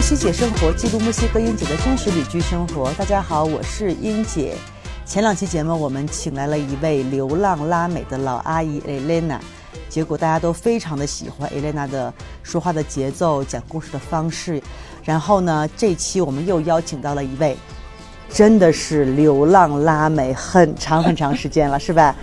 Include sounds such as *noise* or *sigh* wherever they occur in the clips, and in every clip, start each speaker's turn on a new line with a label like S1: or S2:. S1: 西姐生活记录墨西哥英姐的真实旅居生活。大家好，我是英姐。前两期节目我们请来了一位流浪拉美的老阿姨 Elena，结果大家都非常的喜欢 Elena 的说话的节奏、讲故事的方式。然后呢，这期我们又邀请到了一位，真的是流浪拉美很长很长时间了，是
S2: *laughs*
S1: 吧？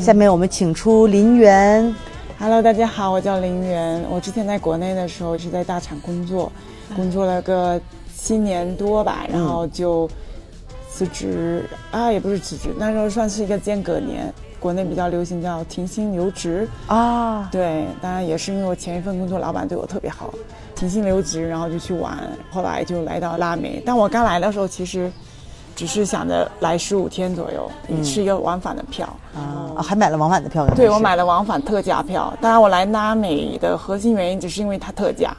S1: 下面我们请出林园。
S2: Hello，大家好，我叫林媛。我之前在国内的时候是在大厂工作，工作了个七年多吧，然后就辞职啊，也不是辞职，那时候算是一个间隔年。国内比较流行叫停薪留职
S1: 啊，
S2: 对，当然也是因为我前一份工作老板对我特别好，停薪留职，然后就去玩，后来就来到拉美。但我刚来的时候其实只是想着来十五天左右，是一个往返的票。
S1: 啊，还买了往返的票，
S2: 对我买了往返特价票，当然我来拉美的核心原因只是因为它特价，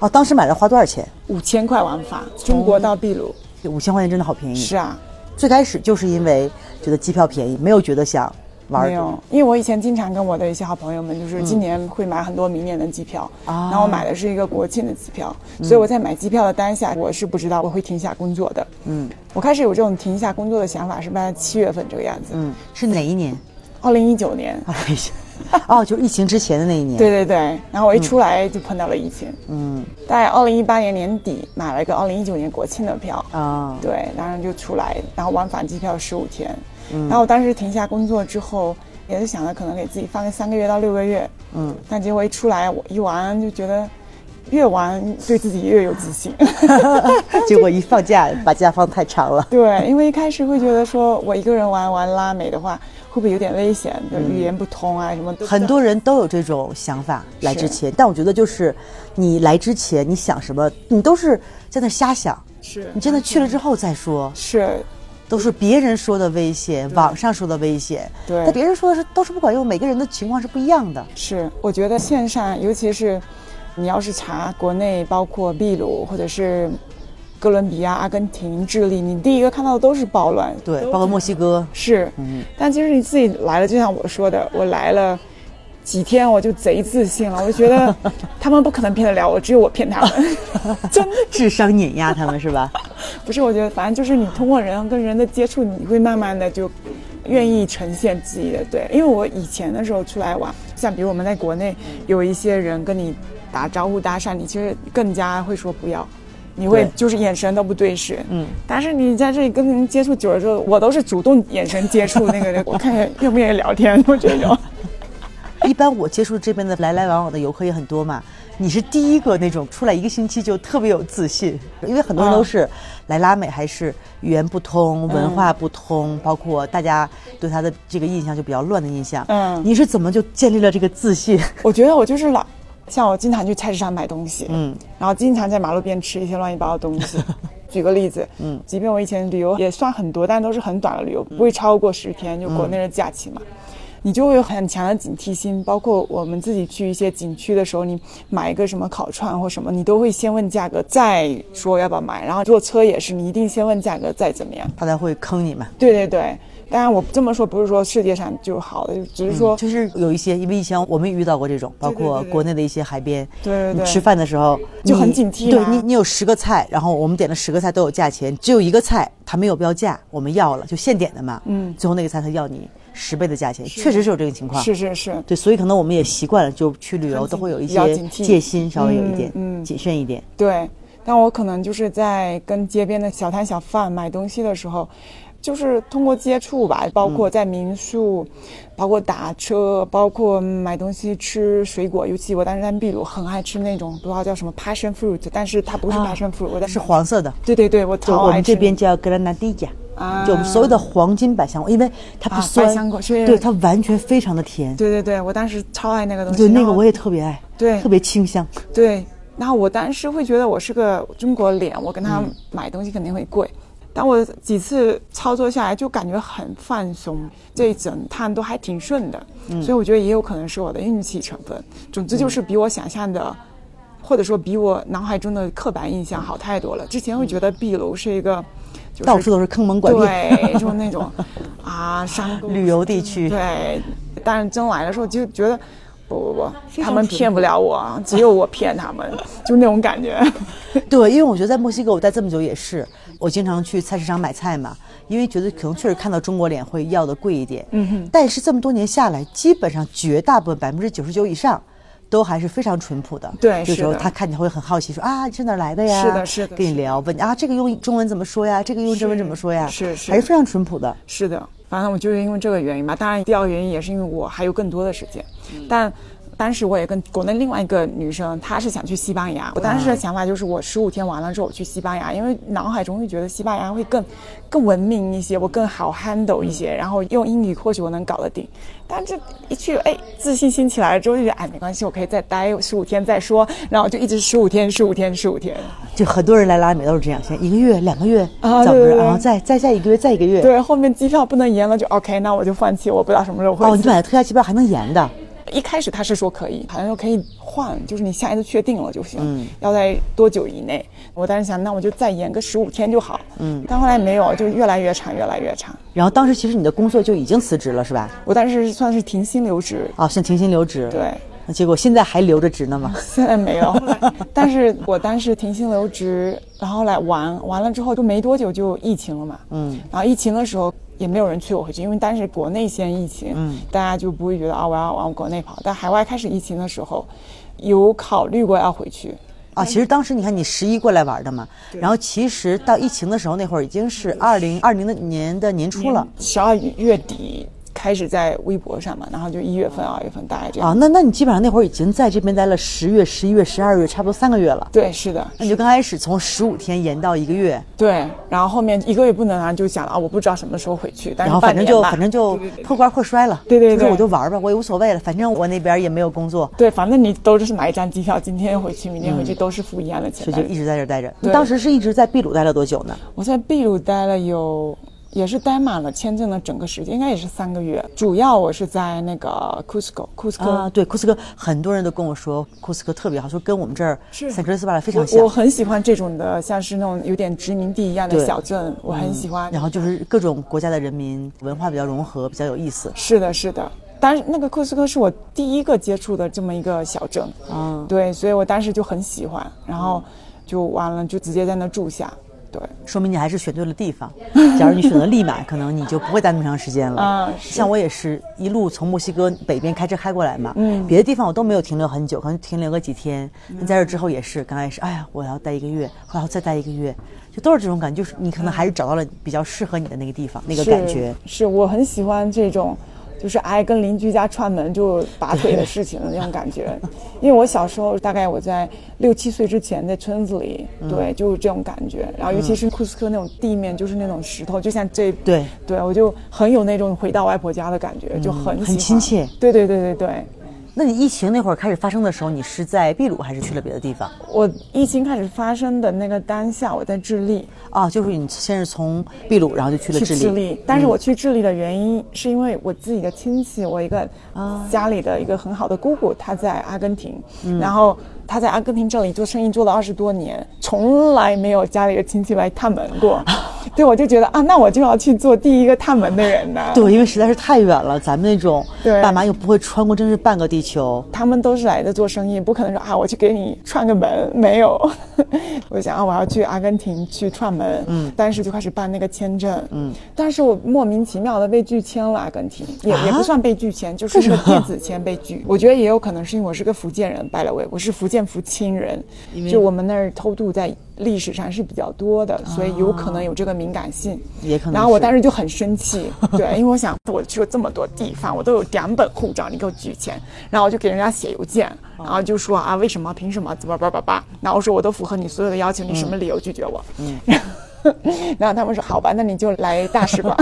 S1: 哦，当时买的花多少钱？
S2: 五千块往返，中国到秘鲁。
S1: 五千块钱真的好便宜。
S2: 是啊，
S1: 最开始就是因为觉得机票便宜，没有觉得想玩儿。嗯
S2: 没有，因为我以前经常跟我的一些好朋友们，就是今年会买很多明年的机票，
S1: 啊嗯
S2: 然后我买的是一个国庆的机票，所以我在买机票的当下，我是不知道我会停下工作的。
S1: 嗯
S2: 我开始有这种停下工作的想法是大概七月份这个样子，
S1: 嗯，是哪一年？
S2: 二零一九年。
S1: 啊，等一 *laughs* 下，哦，就是疫情之前的那一年。
S2: 对，对对，然后我一出来就碰到了疫情，
S1: 嗯
S2: 大概二零一八年年底买了一个二零一九年国庆的票，
S1: 啊，
S2: 对，然后就出来，然后往返机票十五天。
S1: 嗯
S2: 然后我当时停下工作之后，也是想着可能给自己放个三个月到六个月，
S1: 嗯，
S2: 但结果一出来，我一玩就觉得，越玩对自己越有
S1: *laughs*
S2: 自信。
S1: *laughs* 结果一放假，把假放太长 *laughs* 了。
S2: 对，因为一开始会觉得说我一个人玩玩拉美的话，会不会有点危险？就语言不通啊什么的。
S1: 很多人都有这种想法，来之
S2: 是
S1: 前，但我觉得就是你来之前，你想什么，你都是在那瞎想。
S2: 是
S1: 你真的去了之后再说，
S2: 是，
S1: 都是别人说的危险，网上说的危险，
S2: 对
S1: 但别人说的是都是不管用，每个人的情况是不一样的。
S2: 是，我觉得线上，尤其是你要是查国内，包括秘鲁或者是哥伦比亚、阿根廷、智利，你第一个看到的都是暴乱。
S1: 对，包括墨西哥，
S2: 是，但其实你自己来了，就像我说的，我来了几天，我就贼自信了，我就觉得 *laughs* 他们不可能骗得了我，只有我骗他们。真的
S1: *laughs* 智商碾压他们是吧？
S2: 不是，我觉得反正就是你通过人跟人的接触，你会慢慢的就愿意呈现自己的对。因为我以前的时候出来玩，像比如我们在国内有一些人跟你打招呼搭讪，你其实更加会说不要。你会
S1: 对
S2: 就是眼神都不对视，嗯，但是你在这里跟人接触久了之后，我都是主动眼神接触那个人，我看看愿不愿意聊天，我这种。
S1: 一般我接触这边的来来往往的游客也很多嘛，你是第一个那种出来一个星期就特别有自信，因为很多人都
S2: 嗯
S1: 是来拉美还是语言不通、文化不通，包括大家对他的这个印象就比较乱的印象。
S2: 嗯
S1: 你是怎么就建立了这个自信？ *laughs*
S2: 我觉得我就是老，像我经常去菜市场买东西，
S1: 嗯
S2: 嗯，然后经常在马路边吃一些乱七八糟的东西。举个例子，嗯，即便我以前旅游也算很多，但都是很短的旅游，不会超过十天，就国内的假期嘛。你就会有很强的警惕心，包括我们自己去一些景区的时候，你买一个什么烤串或什么，你都会先问价格，再说要不要买。然后坐车也是，你一定先问价格，再怎么样。
S1: 他才会坑你嘛。
S2: 对对对，当然我这么说不是说世界上就好的，就只是
S1: 嗯
S2: 说、
S1: 就是有一些，因为以前我们也遇到过这种，包括
S2: 对对
S1: 国内的一些海边，
S2: 对对
S1: 你
S2: 对
S1: 吃饭的时候
S2: 就很
S1: 你
S2: 警惕
S1: 对
S2: 啦
S1: 你，你有十个菜，然后我们点了十个菜都有价钱，只有一个菜它没有标价，我们要了就现点的嘛，嗯，最后那个菜他要你十倍的价钱，确实是有这个情况。
S2: 是是是，
S1: 对，所以可能我们也习惯了，就去旅游都会有一
S2: 比较
S1: 些
S2: 警惕
S1: 戒心，稍微有一点，
S2: 嗯嗯
S1: 谨慎一点。
S2: 对，但我可能就是在跟街边的小摊小贩买东西的时候，就是通过接触吧，
S1: 嗯
S2: 包括在民宿，包括打车，包括买东西吃水果。尤其我当时在秘鲁很爱吃那种不知道叫什么 passion fruit，但是它不是 passion fruit，、我在
S1: 是。黄色的，
S2: 对对对，我
S1: 就
S2: 超
S1: 啊我
S2: 爱
S1: 们
S2: 吃。
S1: 这边叫格兰纳蒂亚。
S2: 啊
S1: 就我们所谓的黄金百香果，因为它不
S2: 啊
S1: 酸，
S2: 百香果是
S1: 对它完全非常的甜，
S2: 对对对，我当时超爱那个东西。
S1: 对那
S2: 然
S1: 个
S2: 后
S1: 我也特别爱，
S2: 对
S1: 特别清香。
S2: 对，然后我当时会觉得我是个中国脸，我跟他买东西肯定会贵。但我几次操作下来，就感觉很放松，这一整趟都还挺顺的，所以我觉得也有可能是我的运气成分。总之就是比我想象的，或者说比我脑海中的刻板印象好太多了。之前会觉得壁炉是一个，就是
S1: 到处都是坑蒙拐骗，
S2: 对，就是那种啊山沟
S1: 旅游地区
S2: 对，但是真来的时候就觉得不不
S1: 非
S2: 不，他
S1: 常
S2: 们
S1: 淳
S2: 骗不了我啊，只有我骗他们，就那种感觉。
S1: 对，因为我觉得在墨西哥我待这么久也是，我经常去菜市场买菜嘛，因为觉得可能确实看到中国脸会要的贵一点。嗯哼。但是这么多年下来，基本上绝大部分百分之九十九以上。都还是非常淳朴的，
S2: 对
S1: 有时候
S2: 是的
S1: 他看你会很好奇，说啊，你是哪儿来的呀？
S2: 是的是的
S1: 跟你聊，问你啊，这个用中文怎么说呀？这个用中文怎么说呀？
S2: 是是
S1: 还是非常淳朴的。
S2: 是的，反正我就是因为这个原因吧。当然，第二个原因也是因为我还有更多的时间。但当时我也跟国内另外一个女生，她是想去西班牙。我当时的想法就是，我十五天完了之后我去西班牙，因为脑海中会觉得西班牙会更更文明一些，我更好 handle 一些，然后用英语或许我能搞得定。但这一去，哎，自信心起来了之后就觉得，哎，没关系，我可以再待十五天再说。然后我就一直十五天、十五天、十五天。
S1: 就很多人来拉美都是这样，先一个月、两个月，
S2: 啊
S1: 怎么
S2: 对
S1: 着，
S2: 对对
S1: 然后再再下一个月，再一个月。
S2: 对，后面机票不能延了，就 OK，那我就放弃，我不知道什么时候会。
S1: 哦，你买的特价机票还能延的，
S2: 一开始他是说可以，好像说可以换，就是你下一次确定了就行，要在多久以内。我当时想，那我就再延个十五天就好。嗯，但后来没有，就越来越长，越来越长。
S1: 然后当时其实你的工作就已经辞职了，是吧？
S2: 我当时算是停薪留职，
S1: 啊，像停薪留职。
S2: 对，
S1: 那结果现在还留着职
S2: *laughs*
S1: 呢吗？
S2: 现在没有。后来但是我当时停薪留职，然后来玩，完了之后就没多久就疫情了嘛。嗯，然后疫情的时候也没有人催我回去，因为当时国内先疫情，嗯，大家就不会觉得啊我要往国内跑。但海外开始疫情的时候，有考虑过要回去。
S1: 啊，其实当时你看你十一过来玩的嘛，然后其实到疫情的时候那会儿已经是二零二零的年的年初了
S2: 十二月底开始在微博上嘛，然后就一月份、二月份大概这样。
S1: 啊，那那你基本上那会儿已经在这边待了十月、十一月、十二月，差不多三个月了。
S2: 对，是的，
S1: 那你就刚开始从十五天延到一个月，
S2: 对。然后后面一个月不能啊，就想了啊，我不知道什么时候回去，但
S1: 然
S2: 是
S1: 后
S2: 半
S1: 反正
S2: 年
S1: 就
S2: 吧
S1: 反正就
S2: 对对对
S1: 破罐破摔了。
S2: 对对
S1: 就是
S2: 对
S1: 我就玩儿吧，我也无所谓了，反正我那边也没有工作，
S2: 对，反正你都是买一张机票，今天回去，明天回去，都是付一样的钱
S1: 所以
S2: 吧
S1: 嗯就。一直在这儿待着。你
S2: 对
S1: 当时是一直在秘鲁待了多久呢？
S2: 我在秘鲁待了有。也是待满了签证的整个时间，应该也是三个月。主要我是在那个 Cusco，Cusco，、
S1: 啊，对，库斯科，很多人都跟我说库斯科特别好，说跟我们这儿
S2: 是
S1: San Cristobal 非常
S2: 我我
S1: 像。
S2: 很喜欢这种的，像是那种有点殖民地一样的
S1: 对
S2: 小镇，我很喜欢。
S1: 然后就是各种国家的人民文化比较融合，比较有意思。
S2: 是的，是的。当时那个库斯科是我第一个接触的这么一个小镇，
S1: 啊，嗯
S2: 对，所以我当时就很喜欢，然后就完了，就直接在那住下。对，
S1: 说明你还是选对了地方。假如你选择利马，可能你就不会待那么长时间了。
S2: 啊是
S1: 像我也是一路从墨西哥北边开车开过来嘛，
S2: 嗯
S1: 别的地方我都没有停留很久，可能停留个几天。那在这之后也是，刚开始，哎呀，我要待一个月，后来要再待一个月，就都是这种感觉，就是你可能还是找到了比较适合你的那个地方，那个
S2: 嗯是
S1: 感觉。
S2: 是我很喜欢这种，就是爱跟邻居家串门就拔腿的事情的那种
S1: *laughs*
S2: 感觉。因为我小时候大概我在六七岁之前在村子里，
S1: 嗯
S2: 对，就是这种感觉。然后尤其是库斯科那种地面，就是那种石头，就像这，
S1: 对
S2: 对我就很有那种回到外婆家的感觉，就很喜欢
S1: 很亲切。
S2: 对对对对对。
S1: 那你疫情那会儿开始发生的时候，你是在秘鲁还是去了别的地方？
S2: 我疫情开始发生的那个当下，我在智利，
S1: 啊，就是你先是从秘鲁，然后就去了
S2: 去
S1: 智利。嗯
S2: 智利。但是我去智利的原因，是因为我自己的亲戚，我一个
S1: 啊
S2: 家里的一个很好的姑姑，她在阿根廷，
S1: 嗯
S2: 然后她在阿根廷这里做生意做了二十多年，从来没有家里的亲戚来探门
S1: *laughs*
S2: 过。对，我就觉得啊，那我就要去做第一个探门的人呢。
S1: 对，因为实在是太远了，咱们那种
S2: 对
S1: 爸妈又不会穿过，真是半个地球。 *laughs*
S2: 他们都是来这做生意，不可能说啊，我去给你串个门，没有。 *laughs* 我想啊，我要去阿根廷去串门，嗯，当时就开始办那个签证，嗯，但是我莫名其妙的被拒签了阿根廷，也、
S1: 啊
S2: 也不算被拒签，就是那个电子签被
S1: 嗯
S2: 拒。我觉得也有可能是因为我是个福建人，by the way，我是福建福清人，就我们那儿偷渡在历史上是比较多的，所以有可能有这个敏感性，
S1: 啊也可能
S2: 然后我
S1: 是
S2: 当时就很生气，对，因为我想我去了这么多地方，我都有两本护照，你给我拒签，然后我就给人家写邮件，然后就说啊，为什么，凭什么，怎么叭叭叭，然后我说我都符合你所有的要求，你什么理由拒绝我？嗯。然后他们说好吧，那你就来大使馆。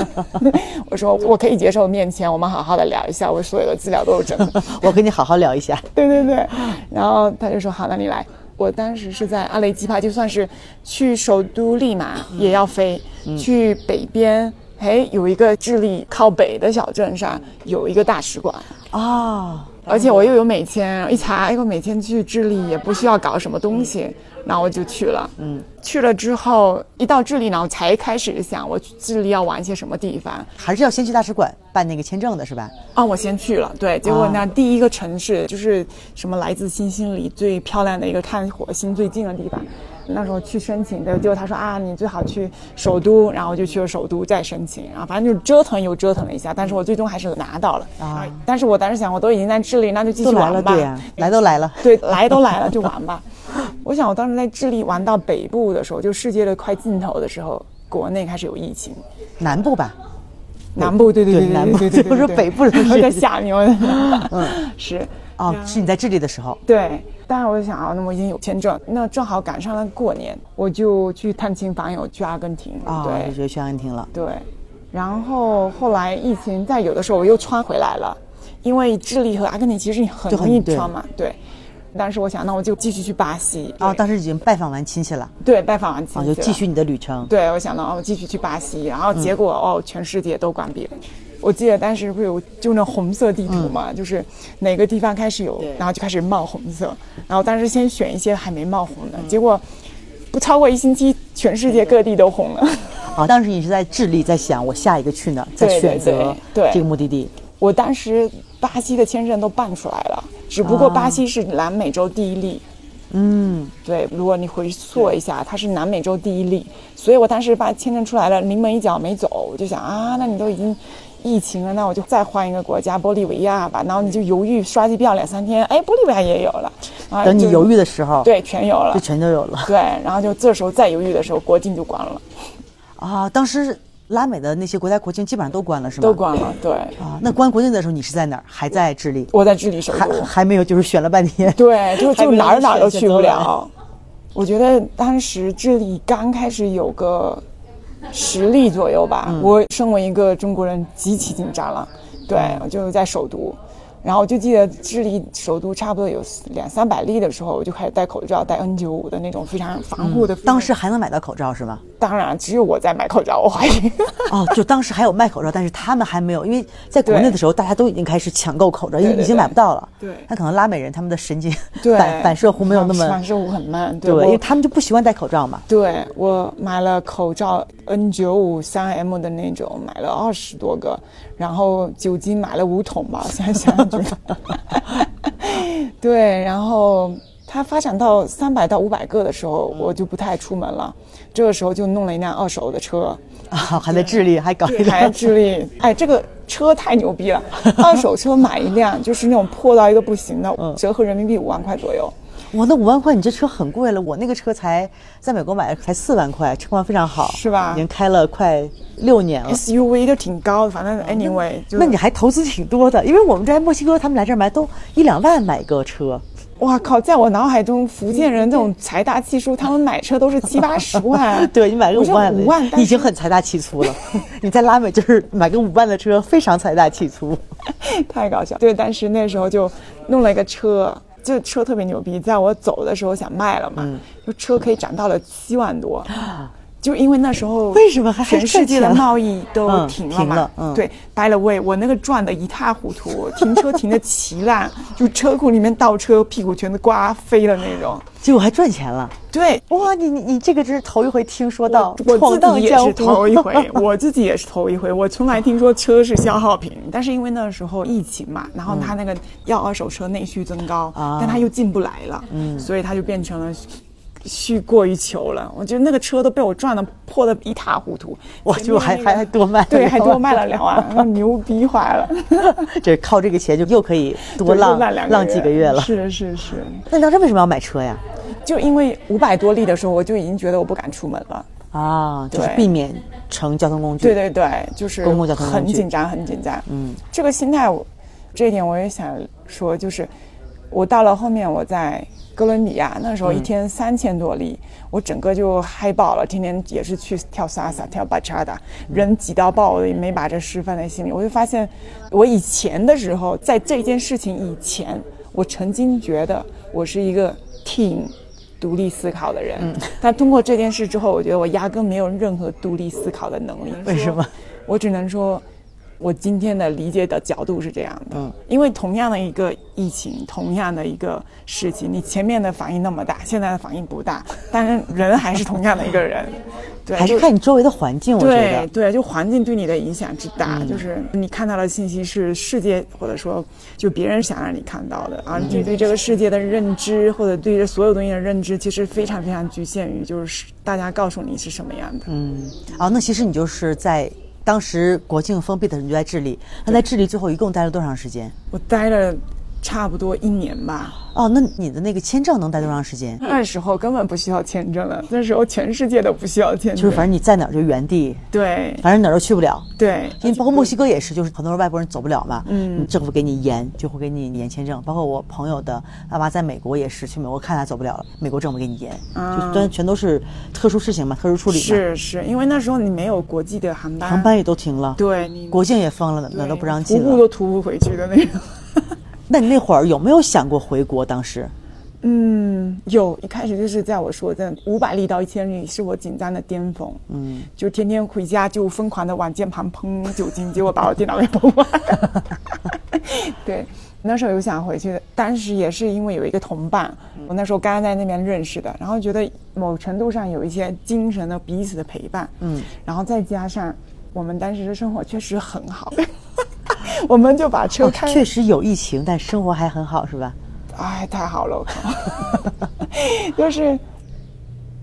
S2: 我说我可以接受面签，我们好好的聊一下，我所有的资料都有整。
S1: 我跟你好好聊一下。
S2: *laughs* 对对对，然后他就说好，那你来。我当时是在阿雷基帕，就算是去首都利马也要飞，去北边，哎，有一个智利靠北的小镇上有一个大使馆，
S1: 啊，
S2: 而且我又有美签，一查，哎，我美签去智利也不需要搞什么东西，然后我就去了。嗯，去了之后一到智利，然后才开始想我去智利要玩些什么地方。
S1: 还是要先去大使馆办那个签证的是吧？
S2: 啊，我先去了，对，结
S1: 哦
S2: 果呢，第一个城市就是什么来自星星里最漂亮的一个看火星最近的地方。那时候去申请的，结果他说啊，你最好去首都，然后就去了首都再申请，然后反正就折腾又折腾了一下，但是我最终还是拿到了。哎
S1: 啊，
S2: 但是我当时想，我都已经在智利，那就继续
S1: 都来
S2: 玩
S1: 了，
S2: 吧。
S1: 对呀、来都来了，
S2: 对，来都来了就玩
S1: *laughs*
S2: 吧。我想我当时在智利玩到北部的时候，就世界的快尽头的时候，国内开始有疫情，
S1: 南部吧？
S2: 南部对对对
S1: 南部
S2: 对对对
S1: 我说北部的
S2: 然后
S1: 是
S2: 在下面， *laughs* 嗯，是
S1: 哦， *laughs* 是你在智利的时候，
S2: 对。当然，我就想啊，那我已经有签证，那正好赶上了过年，我就去探亲访友，去阿根廷。
S1: 啊、就
S2: 对
S1: 觉得去阿根廷了。
S2: 对，然后后来疫情再有的时候我又穿回来了，因为智利和阿根廷其实你很
S1: 就很
S2: 容易
S1: 对
S2: 穿嘛，对。但是我想，那我就继续去巴西
S1: 哦，
S2: 对
S1: 当时已经拜访完亲戚了，
S2: 对，拜访完亲
S1: 啊，
S2: 戚
S1: 就
S2: 了，
S1: 继续你的旅程。
S2: 对，我想到哦，继续去巴西，然后结果、哦，全世界都关闭了。我记得当时不是有就那红色地图嘛，就是哪个地方开始有
S1: 对，
S2: 然后就开始冒红色。然后当时先选一些还没冒红的，结果不超过一星期，全世界各地都红了。
S1: 啊，当时你是在智利，在想我下一个去哪儿，再
S2: 对对
S1: 选择
S2: 对对
S1: 这个目的地。
S2: 我当时巴西的签证都办出来了，只不
S1: 啊
S2: 过巴西是南美洲第一例。嗯，对，如果你回去溯一下，它是南美洲第一例，所以我当时把签证出来了，临门一脚没走，我就想啊，那你都已经疫情了，那我就再换一个国家，玻利维亚吧。然后你就犹豫刷机票两三天，哎，玻利维亚也有了，啊
S1: 等你
S2: 就
S1: 犹豫的时候，，
S2: 对，全有了
S1: 就，全都有了。
S2: 对，然后就这时候再犹豫的时候，国境就关了，
S1: 啊，当时拉美的那些国家国境基本上都关了，是吗？
S2: 都关了，对，
S1: 啊。那关国境的时候，你是在哪儿？还在智利，
S2: 我在智利首
S1: 还
S2: 都。
S1: 还没有，就是选了半天。
S2: 对，就
S1: 还
S2: 就
S1: 没
S2: 哪儿哪儿都
S1: 选
S2: 去
S1: 择
S2: 不
S1: 来
S2: 了。我觉得当时智利刚开始有个十例左右吧，
S1: 嗯
S2: 我身为一个中国人极其紧张了。对，
S1: 嗯
S2: 我就在首都，然后我就记得智利首都差不多有两三百例的时候，我就开始戴口罩，戴 N95 的那种非常防护的。
S1: 嗯当时还能买到口罩是吗？
S2: 当然只有我在买口罩，我怀疑。
S1: 哦，就当时还有卖口罩，但是他们还没有，因为在国内的时候，大家都已经开始抢购口罩，因为
S2: 对对
S1: 已经买不到了。
S2: 对
S1: 那可能拉美人他们的神经
S2: 对，
S1: 反反射弧没有那么
S2: 反射弧很慢，对
S1: 对，因
S2: 我
S1: 为他们就不习惯戴口罩嘛。
S2: 对我买了口罩 N 9 5 3 M 的那种，买了二十多个，然后酒精买了五桶吧，现在想觉得。 *laughs* 对，然后它发展到三百到五百个的时候，我就不太出门了。这个时候就弄了一辆二手的车，
S1: 啊，还在智利还搞一
S2: 还
S1: 个，
S2: 智利，哎，这个车太牛逼了！二手车买一辆，就是那种破到一个不行的，折合人民币五万块左右。
S1: 哇，那五万块你这车很贵了，我那个车才在美国买的才四万块，车况非常好，
S2: 是吧
S1: 已经开了快六年了。
S2: SUV 就挺高的，反正 anyway，就
S1: 嗯那你还投资挺多的，因为我们在墨西哥，他们来这儿买都一两万买个车，。
S2: 哇靠！在我脑海中，福建人这种财大气粗，他们买车都是七八十万
S1: *laughs* 对你买个
S2: 我
S1: 五
S2: 说
S1: 万的，
S2: 五万，
S1: 你已经很财大气粗了。 *laughs* 你在拉美就是买个五万的车，非常财大气粗。
S2: 太搞笑。对，但是那时候就弄了一个车，这车特别牛逼，在我走的时候想卖了嘛，
S1: 嗯
S2: 就车可以涨到了七万多。就因为那时候
S1: 啊为什么还还
S2: 全世界
S1: 赚钱了
S2: 的贸易都
S1: 嗯
S2: 停
S1: 停
S2: 嘛
S1: 了？嗯
S2: 对，by the way，我那个赚的一塌糊涂，停车停的奇烂，就车库里面倒车，屁股全都刮飞了那种。
S1: 结果还赚钱了，
S2: 对，
S1: 哇！你你你这个真是头一回听说到
S2: 我
S1: 创
S2: 自己
S1: 造
S2: 也
S1: 江湖
S2: 是头
S1: *laughs*
S2: 一回，我自己也是头一回。我从来听说车是消耗品，但是因为那时候疫情嘛，然后他那个要二手车内需增高，
S1: 嗯啊嗯
S2: 但他又进不来了，所以他就变成了。需过于求了，我觉得那个车都被我赚的破的一塌糊涂，
S1: 哇
S2: 前
S1: 就
S2: 面
S1: 还
S2: 那
S1: 还
S2: 个
S1: 还多卖了 *laughs*
S2: 对，
S1: 两
S2: 还多
S1: 万
S2: 卖了
S1: *laughs*
S2: 两万，牛逼坏了，
S1: 这靠这个钱就又可以
S2: 对
S1: 多
S2: *laughs* 就
S1: 浪
S2: 烂两
S1: 浪几个月了。
S2: 是是是，
S1: 那你当时为什么要买车呀？
S2: 就因为五百多例的时候，我就已经觉得我不敢出门了。
S1: 啊，就是
S2: 对
S1: 避免乘交通工具。
S2: 对对对，就是
S1: 公共交通工
S2: 很
S1: 具
S2: 紧张，很紧张。嗯，这个心态我，这一点我也想说，就是我到了后面，我在哥伦比亚那时候一天三千多例，我整个就嗨爆了，天天也是去跳萨萨、跳巴恰达，人挤到爆，我也没把这事放在心里。我就发现，我以前的时候，在这件事情以前，我曾经觉得我是一个挺独立思考的人，但通过这件事之后，我觉得我压根没有任何独立思考的能力。
S1: 为什么？
S2: 我只能说，我今天的理解的角度是这样的，
S1: 嗯
S2: 因为同样的一个疫情，同样的一个事情，你前面的反应那么大，现在的反应不大，但是人还是同样的一个人，对，
S1: 还是
S2: 就
S1: 看你周围的嗯环境，我觉
S2: 对
S1: 得，
S2: 对，就环境对你的影响之大，就是你看到的信息是世界或者说就别人想让你看到的
S1: 嗯
S2: 啊，你对这个世界的认知或者对这所有东西的认知，其实非常非常局限于就是大家告诉你是什么样的。
S1: 嗯，哦，那其实你就是在当时国境封闭的时候你就在智利，那在智利最后一共待了多长时间？
S2: 我待了差不多一年吧，
S1: 哦，那你的那个签证能待多长时间？
S2: 那时候根本不需要签证了，那时候全世界都不需要签
S1: 就
S2: 证
S1: 是。反正你在哪儿就原地，
S2: 对
S1: 反正哪儿都去不了。
S2: 对，
S1: 因为包括墨西哥也是，就是很多人外国人走不了嘛，嗯，政府给你延，就会给你延签证。包括我朋友的爸爸在美国也是，去美国看他走不了了，美国政府给你延，就全全都是特殊事情嘛，特殊处理嘛，
S2: 啊是是因为那时候你没有国际的航班，
S1: 航班也都停了，
S2: 对你
S1: 国境也封了，哪
S2: 对
S1: 儿都不让
S2: 徒
S1: 进
S2: 步
S1: 了。
S2: 都徒步回去的那种。
S1: 那你那会儿有没有想过回国？当时
S2: 嗯，有一开始就是在我说的五百里到一千里是我紧张的巅峰，嗯，就天天回家就疯狂的往键盘喷酒精，结果把我电脑给喷坏了。 *laughs* 对，那时候有想回去的，当时也是因为有一个同伴，我那时候刚刚在那边认识的，然后觉得某程度上有一些精神的彼此的陪伴，嗯，然后再加上我们当时的生活确实很好， *laughs* 我们就把车
S1: 哦
S2: 开、
S1: 确实有疫情，但生活还很好，是吧？
S2: 哎，太好了，我靠！ *laughs* 就是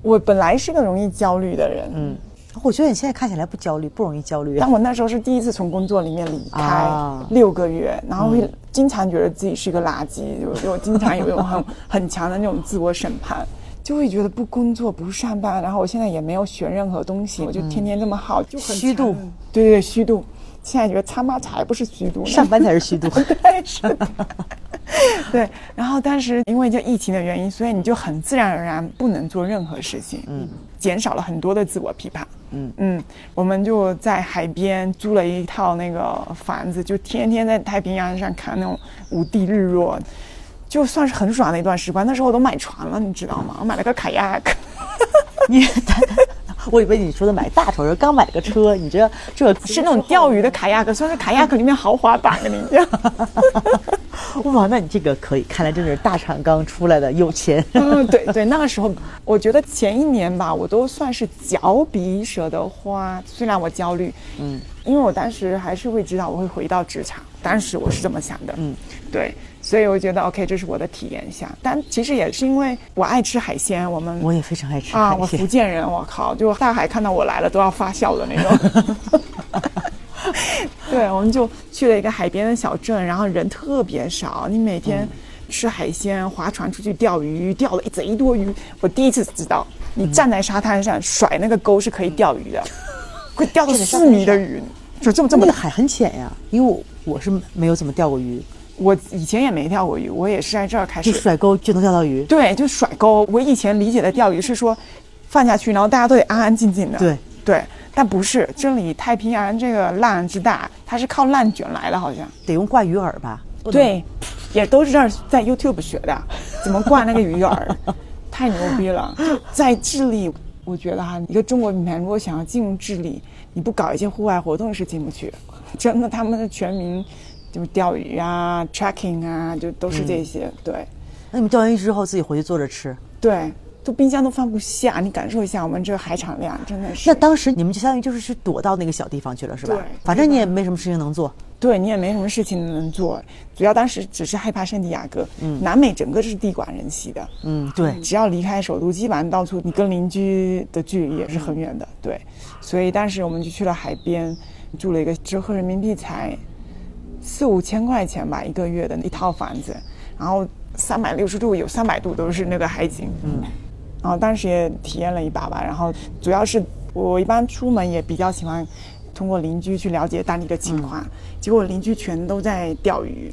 S2: 我本来是个容易焦虑的人，嗯，
S1: 我觉得你现在看起来不焦虑，不容易焦虑啊
S2: 但。我那时候是第一次从工作里面离开
S1: 啊嗯
S2: 六个月，然后会经常觉得自己是个垃圾，就就经常有一种
S1: *laughs*
S2: 很很强的那种自我审判。就会觉得不工作不上班，然后我现在也没有学任何东西，我就天天这么好，就很
S1: 嗯虚度
S2: 强，对对对，虚度。现在觉得他妈才不是虚度呢，
S1: 上班才是
S2: *laughs*
S1: 虚度。
S2: 对，是的。 *laughs* 对，然后当时因为这疫情的原因，所以你就很自然而然不能做任何事情，嗯，减少了很多的自我批判，嗯嗯，我们就在海边租了一套那个房子，就天天在太平洋上看那种五地日落，就算是很爽的一段时光。那时候我都买船了，你知道吗？我买了个 kayak，
S1: 你， *laughs* 我以为你说的买大头，刚买了个车，你这这
S2: 是那种钓鱼的 kayak，算是 kayak 里面豪华版的，你知道吗。
S1: 哇，那你这个可以，看来真的是大厂刚出来的有钱。 *laughs*
S2: *laughs* 嗯，对对，那个时候我觉得前一年吧，我都算是脚比舍得花，虽然我焦虑，嗯，因为我当时还是会知道我会回到职场，当时我是这么想的，嗯，对，所以我觉得 OK，这是我的体验一下，但其实也是因为我爱吃海鲜，我们
S1: 我也非常爱吃
S2: 啊，
S1: 海
S2: 我福
S1: 鲜，
S2: 建人，我靠，就大海看到我来了都要发笑的那种。 *laughs* 对，我们就去了一个海边的小镇，然后人特别少，你每天吃海鲜、划船出去钓鱼，钓了一贼多鱼。我第一次知道，你站在沙滩上甩那个钩是可以钓鱼的，会钓到
S1: 站在沙
S2: 四
S1: 滩
S2: 米的鱼，就这么这
S1: 那
S2: 么
S1: 个 *laughs*
S2: 大。
S1: 海很浅呀，因为我我是没有怎么钓过鱼，
S2: 我以前也没钓过鱼，我也是在这儿开
S1: 就
S2: 始
S1: 甩钩就能钓到鱼。
S2: 对，就甩钩。我以前理解的钓鱼是说，放下去，然后大家都得安安静静的。
S1: 对
S2: 对，但不是，这里太平洋这个浪之大，它是靠浪卷来的，好像。
S1: 得用挂鱼饵吧？不能，
S2: 对，也都是这儿在 YouTube 学的，怎么挂那个鱼饵， *laughs* 太牛逼了！就在智利，我觉得哈，一个中国品牌如果想要进入智利，你不搞一些户外活动是进不去。 *laughs* 真的，他们的全民就是钓鱼啊、tracking 啊，就都是
S1: 嗯
S2: 这些。对。
S1: 那你们钓完鱼之后自己回去坐着吃。
S2: 对，都冰箱都放不下。你感受一下我们这个海产量，真的是。
S1: 那当时你们就相当于就是去躲到那个小地方去了，是吧
S2: 对？
S1: 反正你也没什么事情能做。
S2: 对你也没什么事情能做，主要当时只是害怕圣地亚哥。南美整个是地广人稀的，
S1: 嗯，对。
S2: 只要离开首都，基本上到处你跟邻居的距离也是很远的。对，所以当时我们就去了海边，住了一个折合人民币才四五千块钱吧，一个月的一套房子，然后三百六十度有三百度都是那个海景，嗯，然后当时也体验了一把吧，然后主要是我一般出门也比较喜欢通过邻居去了解当地的情况，结果邻居全都在钓鱼，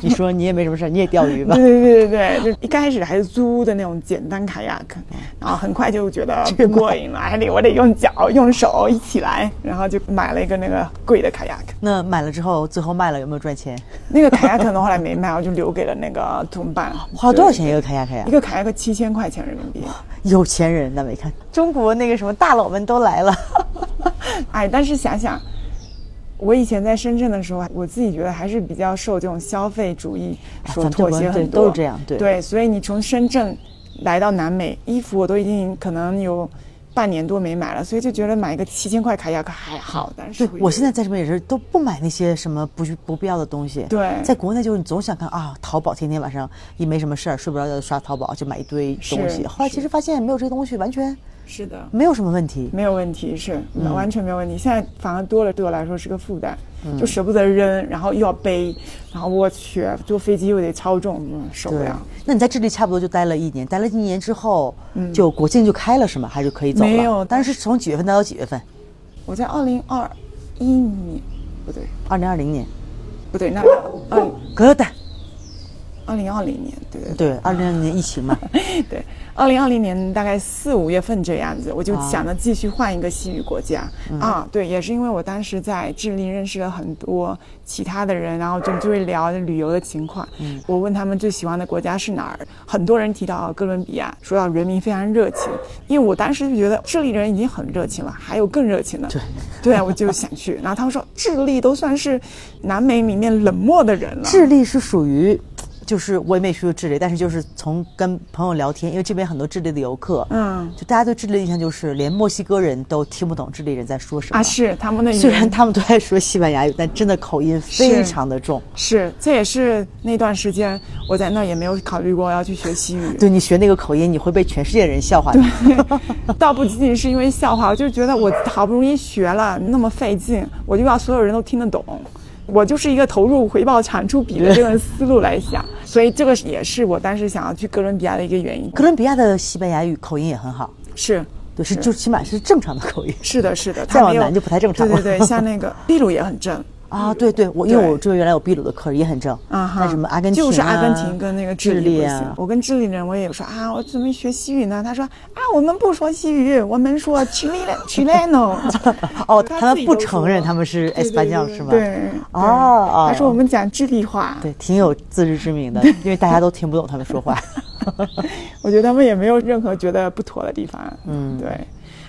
S1: 你说你也没什么事儿，你也钓鱼
S2: *laughs*
S1: 吧
S2: 对？对对对对，就一开始还是租的那种简单卡亚克，然后很快就觉得不过瘾了，还得我得用脚用手一起来，然后就买了一个那个贵的卡亚克。
S1: 那买了之后，最后卖了有没有赚钱？
S2: 那个卡亚克呢，后来没卖，我就留给了那个同伴。
S1: 花了多少钱
S2: 对？
S1: 一个开呀开呀
S2: 一？个卡亚克七千块钱人民币。
S1: 有钱人那没
S2: *laughs*
S1: 看，中国那个什么大佬们都来了。
S2: 哎，但是想想，我以前在深圳的时候，我自己觉得还是比较受这种消费主义
S1: 哎
S2: 所
S1: 咱
S2: 妥
S1: 这
S2: 协
S1: 边
S2: 很
S1: 对
S2: 多，
S1: 都是这样对
S2: 所以你从深圳来到南美，衣服我都已经可能有半年多没买了，所以就觉得买一个七千块卡亚克还好，但是
S1: 嗯对，我现在在这边也是都不买那些什么不需不必要的东西。
S2: 对
S1: 在国内就是你总想看啊，淘宝天天晚上一没什么事儿，睡不着觉就刷淘宝，就买一堆东西。
S2: 是
S1: 后来其实发现没有这些东西，完全
S2: 是的，
S1: 没有什么问题。
S2: 没有问题，是、
S1: 嗯
S2: 完全没有问题。现在反而多了对我来说是个负担，
S1: 嗯
S2: 就舍不得扔，然后又要背，然后我去坐飞机又得超重，嗯受不
S1: 对
S2: 了。，
S1: 那你在这里差不多就待了一年，待了一年之后，就国庆就开了是吗？还是可以走了？
S2: 嗯没有
S1: 但是从几月份待到几月份？
S2: 我在二零二一年，不对，
S1: 二零二零年，
S2: 不对，那二
S1: 哥的，
S2: 二零二零年，对对
S1: 对，二零二零年疫情
S2: *laughs*
S1: 嘛，
S2: 对对，二零二零年大概四五月份这样子，我就
S1: 啊嗯
S2: 想着继续换一个西语国家啊。对，也是因为我当时在智利认识了很多其他的人，然后就就会聊旅游的情况。
S1: 嗯
S2: 我问他们最喜欢的国家是哪儿，很多人提到哥伦比亚，说到人民非常热情，因为我当时就觉得智利人已经很热情了，还有更热情的。
S1: 对，
S2: 对啊，我就想去。然后他们说，智利都算是南美里面冷漠的人了。
S1: 智利是属于，就是我也没去过智利，但是就是从跟朋友聊天，因为这边很多智利的游客，
S2: 嗯
S1: 就大家对智利的印象就是连墨西哥人都听不懂智利人在说什么。
S2: 啊，是他们的语
S1: 虽
S2: 言
S1: 然他们都在说西班牙语，但真的口音非常的重。
S2: 是，这也是那段时间我在那儿也没有考虑过要去学西语，
S1: 对你学那个口音，你会被全世界人笑话的。
S2: 倒不仅仅是因为笑话，我就觉得我好不容易学了那么费劲，我就要所有人都听得懂。我就是一个投入回报产出比的这个思路来想，所以这个也是我当时想要去哥伦比亚的一个原因。
S1: 哥伦比亚的西班牙语口音也很好，
S2: 是，
S1: 对，是就起码是正常的口音。
S2: 是的，是的。他
S1: 再往
S2: 没有
S1: 南就不太正常了
S2: 对对对，像
S1: *laughs*
S2: 那个秘鲁也很正，
S1: 啊，对对，我因为
S2: 对
S1: 我这边原来有秘鲁的课也很正，
S2: 啊哈，
S1: 但什么阿根廷、
S2: 就是阿根廷跟那个
S1: 智
S2: 智利不行。
S1: 啊，。
S2: 我跟智利人我也有说啊，我怎么学西语呢？他说啊，我们不说西语，我们说 Chile Chileno
S1: *laughs*
S2: *laughs*
S1: 哦，他
S2: 自
S1: 们
S2: 己
S1: 不
S2: 都说
S1: 承认他们是
S2: 对
S1: S 班教
S2: 对对
S1: 是吗？
S2: 对对，
S1: 哦
S2: 他说我们讲智利话，
S1: 对，挺有自知之
S2: *laughs*
S1: 明的，因为大家都听不懂他们说话。
S2: 我觉得他们也没有任何觉得不妥的地方。嗯，对。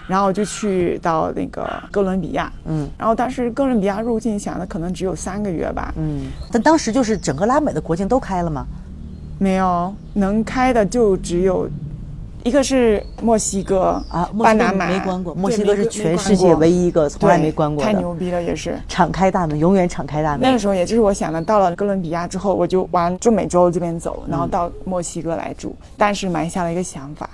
S2: 然后我就去到那个哥伦比亚，嗯，然后当时哥伦比亚入境想的可能只有三个月吧，嗯，
S1: 嗯，但当时就是整个拉美的国境都开了吗？
S2: 没有能开的就只有一个是墨西哥
S1: 啊，墨
S2: 巴
S1: 西哥
S2: 拿马
S1: 没关过，
S2: 对
S1: 墨西哥
S2: 没
S1: 是
S2: 关
S1: 全
S2: 没
S1: 世界
S2: 关过
S1: 唯一一个从来
S2: 对
S1: 没关过
S2: 太
S1: 的，
S2: 牛逼了也是。
S1: 敞开大门，永远敞开大
S2: 那
S1: 门
S2: 个。时候，也就是我想的，到了哥伦比亚之后，我就往中美洲这边走，然后到墨西哥来住。当时埋下了一个想法，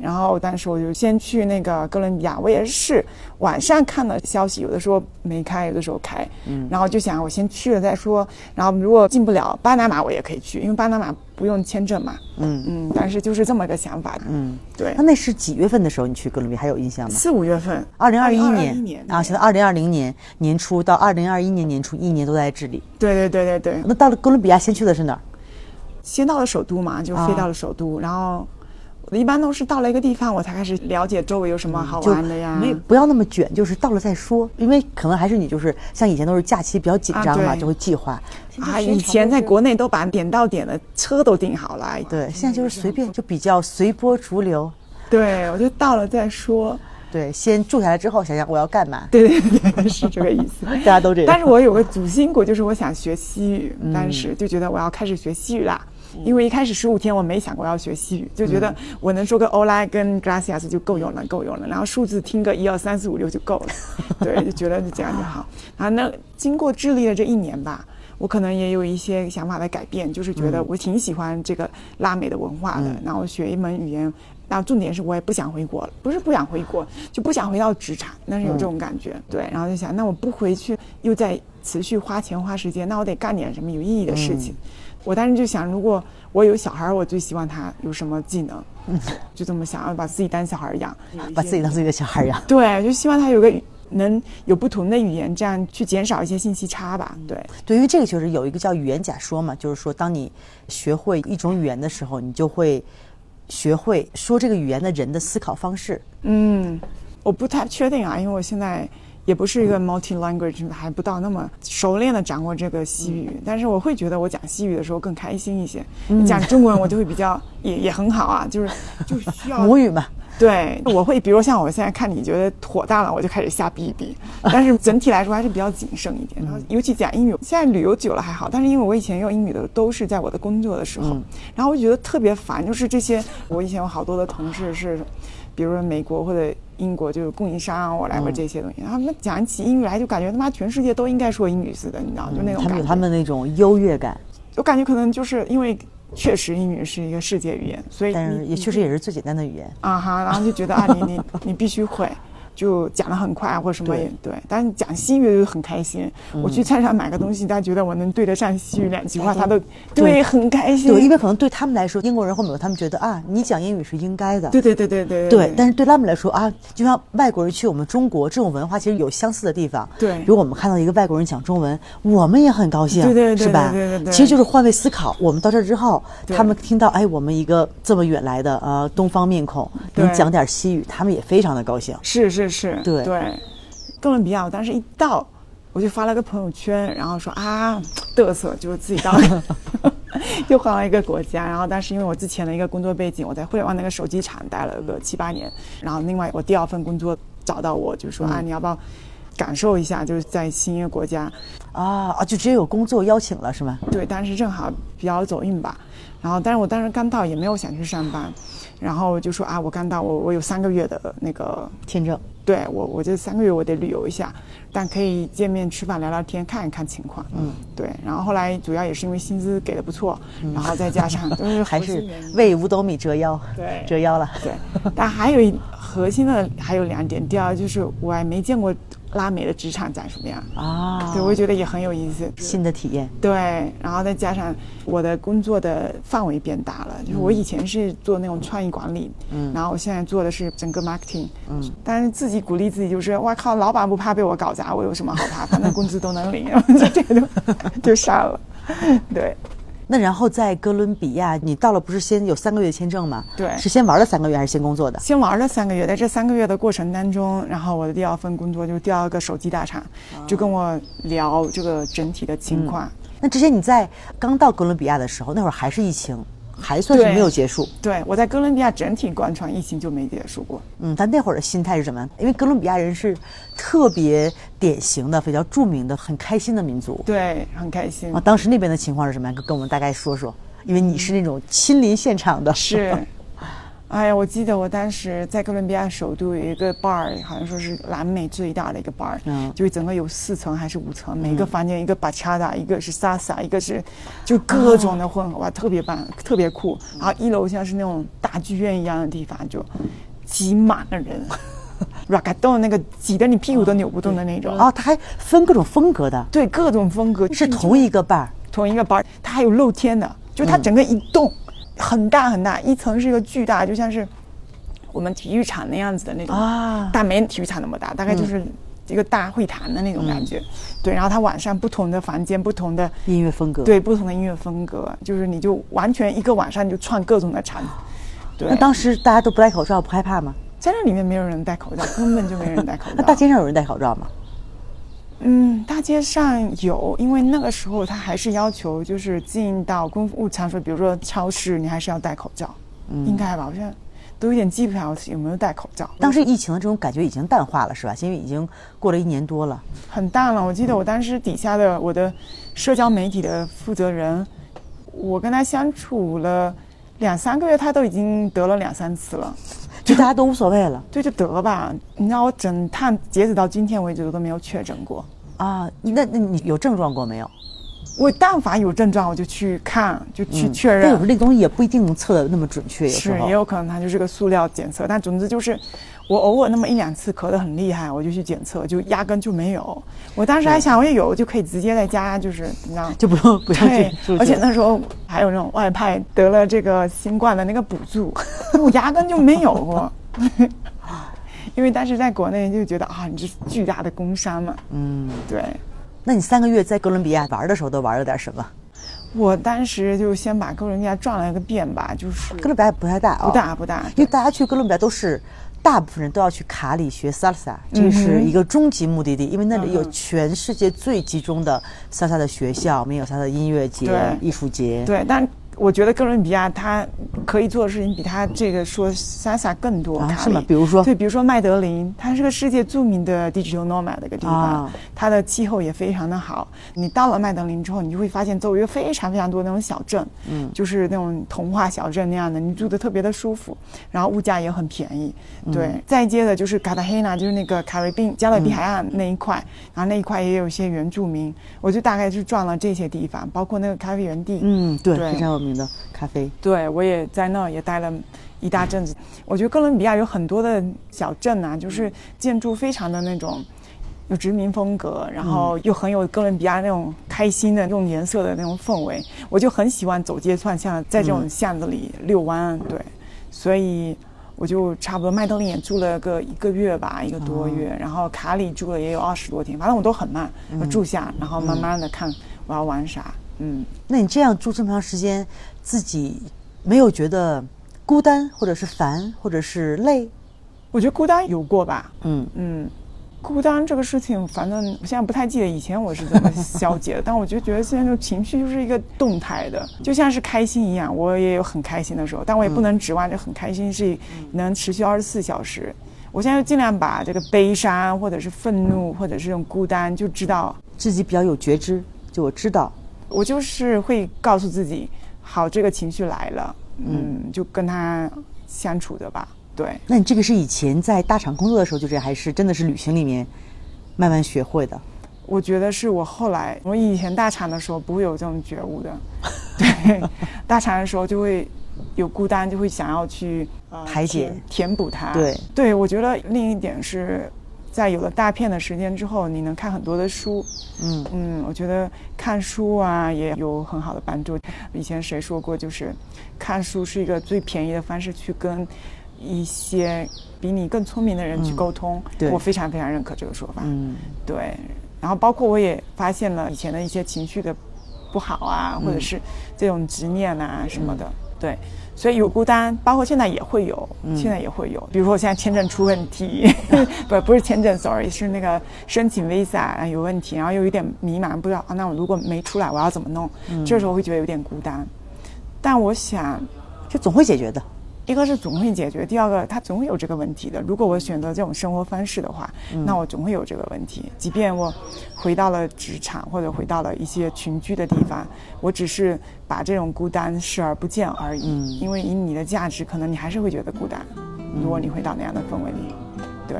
S2: 然后当时我就先去那个哥伦比亚，我也是晚上看的消息，有的时候没开，有的时候开，然后就想我先去了再说，然后如果进不了巴拿马，我也可以去，因为巴拿马不用签证嘛，嗯嗯，但是就是这么个想法，嗯，对
S1: 那，那是几月份的时候你去哥伦比亚？还有印象吗？
S2: 四五月份，
S1: 二零二一
S2: 2021
S1: 年啊，现在二零二零年年初到二零二一年年初，一年都在这里。
S2: 对对对对对，
S1: 那到了哥伦比亚，先去的是哪儿？
S2: 先到了首都嘛，就
S1: 啊
S2: 飞到了首都，然后我一般都是到了一个地方，我才开始了解周围有什么好
S1: 嗯就
S2: 玩的呀。
S1: 没不要那么卷，就是到了再说，因为可能还是你就是像以前都是假期比较紧张嘛，
S2: 啊对
S1: 就会计划。
S2: 啊，以前在国内都把点到点的车都订好了，哎
S1: 对，现在就是随便，就比较随波逐流。
S2: 对，我就到了再说。
S1: 对，先住下来之后想想我要干嘛，
S2: 对对对，是这个意
S1: *laughs*
S2: 思。
S1: 大家都这样。
S2: 但是我有个主心骨，就是我想学西语，当时就觉得我要开始学西语啦。因为一开始十五天我没想过要学西语，就觉得我能说个 Ola 跟 Gracias 就够用了，够用了。然后数字听个一二三四五六就够了，对，就觉得就这样就好。然后那经过智利的这一年吧，我可能也有一些想法的改变，就是觉得我挺喜欢这个拉美的文化的，然后学一门语言。那重点是我也不想回国了，不是不想回国，就不想回到职场，但是有这种感觉。对，然后就想，那我不回去，又在持续花钱花时间，那我得干点什么有意义的事情。我当时就想，如果我有小孩儿，我最希望他有什么技能，就这么想，要把自己当小孩儿养，
S1: 把自己当自己的小孩儿一样。
S2: 对，就希望他有个语能有不同的语言，这样去减少一些信息差吧。对，
S1: 对，因为这个就是有一个叫语言假说嘛，就是说当你学会一种语言的时候，你就会学会说这个语言的人的思考方式。
S2: 嗯，我不太确定啊，因为我现在也不是一个 multi language，还不到那么熟练的掌握这个西语。但是我会觉得我讲西语的时候更开心一些，讲中文我就会比较也也很好啊，就是就是需要
S1: *laughs* 母语嘛，
S2: 对，我会比如像我现在看你觉得妥当了，我就开始瞎逼一逼。但是整体来说还是比较谨慎一点。
S1: 嗯
S2: 然后尤其讲英语，现在旅游久了还好，但是因为我以前用英语的都是在我的工作的时候，
S1: 嗯
S2: 然后我就觉得特别烦，就是这些我以前有好多的同事是，比如说美国或者。英国就是供应商啊，我来
S1: 嗯
S2: 过这些东西，然后他们讲起英语来，就感觉他妈全世界都应该说英语似的，你知道，就那
S1: 嗯
S2: 种
S1: 他
S2: 感
S1: 们
S2: 觉。
S1: 有他们那种优越感，
S2: 我感觉可能就是因为确实英语是一个世界语言，所以
S1: 但是
S2: 你
S1: 也确实也是最简单的语言。
S2: 啊哈，然后就觉得啊，你 *laughs* 你你必须会，就讲得很快或者什么也对。但是讲西语就很开心，我去菜市场买个东西，大家觉得我能对得上西语两句话，他都对很开心。
S1: 对，因为可能对他们来说，英国人或美国，他们觉得啊，你讲英语是应该的。
S2: 对对对对对
S1: 对，但是对他们来说啊，就像外国人去我们中国，这种文化其实有相似的地方。
S2: 对
S1: 比如我们看到一个外国人讲中文，我们也很高兴，
S2: 对对对
S1: 是吧？
S2: 对对对对
S1: 其实就是换位思考。我们到这儿之后，
S2: 对
S1: 他们听到哎，我们一个这么远来的呃东方面孔，
S2: 对
S1: 能讲点西语，他们也非常的高兴。
S2: 是是是，
S1: 对
S2: 哥伦比亚，我当时一到，我就发了个朋友圈，然后说啊，嘚瑟，就是自己到了， *laughs* 又换了一个国家。然后，但是因为我之前的一个工作背景，我在互联网那个手机厂待了个七八年，然后另外我第二份工作找到我，就说、啊，你要不要感受一下，就是在新一个国家，
S1: 啊啊，就直接有工作邀请了是吗？
S2: 对，当时正好比较走运吧。然后，但是我当时刚到也没有想去上班，然后就说啊，我刚到，我我有三个月的那个
S1: 签证，
S2: 对我，我这三个月我得旅游一下，但可以见面吃饭聊聊天，看一看情况。嗯，对。然后后来主要也是因为薪资给的不错，然后再
S1: *laughs*
S2: 加上就是
S1: 嗯还
S2: 核心
S1: 是
S2: 原因
S1: 为五斗米折腰，
S2: 对
S1: 折腰了。
S2: 对。但还有一核心的还有两点，第二就是我还没见过拉美的职场长什么样，
S1: 啊，
S2: 对我觉得也很有意思。
S1: 新的体验，
S2: 对，然后再加上我的工作的范围变大了，就是我以前是做那种创意管理，嗯，然后我现在做的是整个 marketing，嗯，但是自己鼓励自己就是，哇靠，老板不怕被我搞砸，我有什么好怕？反正工资都能 *laughs* 领，就这个就就上了，对，
S1: 那然后在哥伦比亚，你到了不是先有三个月签证吗？
S2: 对
S1: 是先玩了三个月还是先工作的？
S2: 先玩了三个月，在这三个月的过程当中，然后我的第二份工作就是第二个手机大厂，就跟我聊这个整体的情况，
S1: 那之前你在刚到哥伦比亚的时候，那会儿还是疫情，还算是
S2: 对
S1: 没有结束。
S2: 对我在哥伦比亚整体贯穿疫情就没结束过。
S1: 嗯，但那会儿的心态是什么样？因为哥伦比亚人是特别典型的、比较著名的、很开心的民族。
S2: 对，很开心
S1: 啊，。当时那边的情况是什么样？跟跟我们大概说说，因为你是那种亲临现场的。
S2: 是，哎呀，我记得我当时在哥伦比亚首都有一个 bar，好像说是南美最大的一个 bar，、
S1: 嗯
S2: 就是整个有四层还是五层，每个房间一个 bachata，一个是 salsa，一个是就各种的混合，哇，特别棒，特别酷。然后一楼像是那种大剧院一样的地方，就挤满
S1: *laughs*
S2: 了人 r a g a d o 那个挤得你屁
S1: 嗯
S2: 股都扭不动的那种。
S1: *laughs*
S2: 啊
S1: 哦，他还分各种风格的，
S2: 对，各种风格
S1: 是
S2: 你就
S1: 同一个伴儿。
S2: 同一个班儿，它还有露天的，就它整个一栋、很大很大，一层是一个巨大，就像是我们体育场那样子的那种
S1: 啊
S2: 但没体育场那么大，大概就是一个大会堂的那种感觉。对，然后它晚上不同的房间、不同的
S1: 嗯音乐风格。，
S2: 对不同的音乐风格，就是你就完全一个晚上就串各种的场。对
S1: 那，当时大家都不戴口罩，不害怕吗？
S2: 在那里面没有人戴口罩，根本就没人戴口
S1: 那 *laughs*
S2: 罩。
S1: 大街上有人戴口罩吗？
S2: 嗯，大街上有，因为那个时候他还是要求，就是进到公务场所，比如说超市，你还是要戴口罩，
S1: 嗯
S2: 应该吧？我现在都有点记不了有没有戴口罩，
S1: 当时疫情的这种感觉已经淡化了，是吧？因为已经过了一年多了。
S2: 很淡了。我记得我当时底下的我的社交媒体的负责人，我跟他相处了两三个月，他都已经得了两三次了。
S1: 就大家都无所谓了
S2: *laughs* 对，就得吧。你知道我整趟截止到今天为止，我都没有确诊过。
S1: 啊。那那你有症状过没有？
S2: 我但凡有症状，我就去看，就去确
S1: 但有
S2: 认。
S1: 时候嗯那东西也不一定能测得那么准确，有时
S2: 是，
S1: 候
S2: 也。有可能它就是个塑料检测，但总之就是，我偶尔那么一两次咳得很厉害，我就去检测，就压根就没有。我当时还想，我也有就可以直接在家，就是你知道。 *laughs*
S1: *laughs* 就不用不用
S2: 对
S1: 去，出去，
S2: 而且那时候还有那种外派得了这个新冠的那个补助，我压根就没有 *laughs* 过。因为当时在国内就觉得啊，你这是巨大的工伤嘛。嗯，对。
S1: 那你三个月在哥伦比亚玩的时候都玩了点什么？
S2: 我当时就先把哥伦比亚转了个遍吧，就是
S1: 哥伦比亚不太大啊、
S2: 不，大不大，
S1: 因为大家去哥伦比亚都是。大部分人都要去卡里学 salsa，这是一个终极目的地，因为那里有全世界最集中的 salsa 的学校，我们也有 salsa 的音乐节
S2: 对、
S1: 艺术节。
S2: 对，但我觉得哥伦比亚它可以做的事情比它这个说 Sasa 更多。
S1: 啊
S2: 卡
S1: 是吗
S2: 里
S1: 比如说
S2: 对，比如说麦德林，它是个世界著名的 digital nomad 的一个地方，
S1: 啊
S2: 它的气候也非常的好。你到了麦德林之后，你就会发现周围有非常非常多那种小镇，嗯，就是那种童话小镇那样的，你住的特别的舒服，然后物价也很便宜。
S1: 嗯
S2: 对，再接着就是卡塔黑纳，就是那个卡瑞宾加勒比海岸那一块，然后那一块也有一些原住民，我就大概就转了这些地方，包括那个咖啡园地，
S1: 嗯，对，
S2: 对
S1: 非常有名的咖啡。
S2: 对，我也在那儿也待了一大阵子。我觉得哥伦比亚有很多的小镇啊，就是建筑非常的那种有殖民风格，然后又很有哥伦比亚那种开心的用颜色的那种氛围。我就很喜欢走街串巷，在这种巷子里遛弯。啊对，所以。我就差不多麦德林也住了个一个月吧，一个多月，然后卡里住了也有二十多天，反正我都很慢，我住下，然后慢慢的看我要玩啥，嗯
S1: 那你这样住这么长时间，自己没有觉得孤单，或者是烦，或者是累？
S2: 我觉得孤单有过吧，
S1: 嗯
S2: 嗯，孤单这个事情，反正我现在不太记得以前我是怎么消解的，但我就觉得现在这种情绪就是一个动态的，就像是开心一样，我也有很开心的时候，但我也不能指望着很开心是能持续二十四小时。我现在就尽量把这个悲伤，或者是愤怒，或者是这种孤单，就知道
S1: 自己比较有觉知，就我知道，
S2: 我就是会告诉自己，好，这个情绪来了，嗯，就跟他相处着吧。对，
S1: 那你这个是以前在大厂工作的时候就这样，还是真的是旅行里面慢慢学会的？
S2: 我觉得是我后来，我以前大产的时候不会有这种觉
S1: *laughs*
S2: 悟的，对，大产的时候就会有孤单，就会想要去、呃
S1: 排解
S2: 填填补它。
S1: 对，
S2: 对我觉得另一点是在有了大片的时间之后，你能看很多的书，
S1: 嗯
S2: 嗯，我觉得看书啊也有很好的帮助。以前谁说过，就是看书是一个最便宜的方式去跟一些比你更聪明的人去沟通。
S1: 嗯对
S2: 我非常非常认可这个说法。
S1: 嗯，
S2: 对，然后包括我也发现了以前的一些情绪的不好啊，或者是这种执念啊什么的，对，所以有孤单，包括现在也会有，现在也会有，比如说我现在签证出问题， *laughs* 不不是签证，sorry，是那个申请 visa 啊有问题，然后又有点迷茫，不知道啊，那我如果没出来，我要怎么弄？这时候会觉得有点孤单，但我想
S1: 这总会解决的。
S2: 一个是总会解决，第二个它总会有这个问题的。如果我选择这种生活方式的话，那我总会有这个问题。即便我回到了职场或者回到了一些群居的地方，我只是把这种孤单视而不见而已。因为以你的价值，可能你还是会觉得孤单。如果你回到那样的氛围里，对。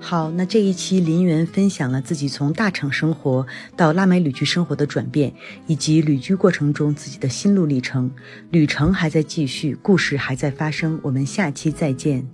S1: 好，那这一期林园分享了自己从大厂生活到拉美旅居生活的转变，以及旅居过程中自己的心路历程。旅程还在继续，故事还在发生，我们下期再见。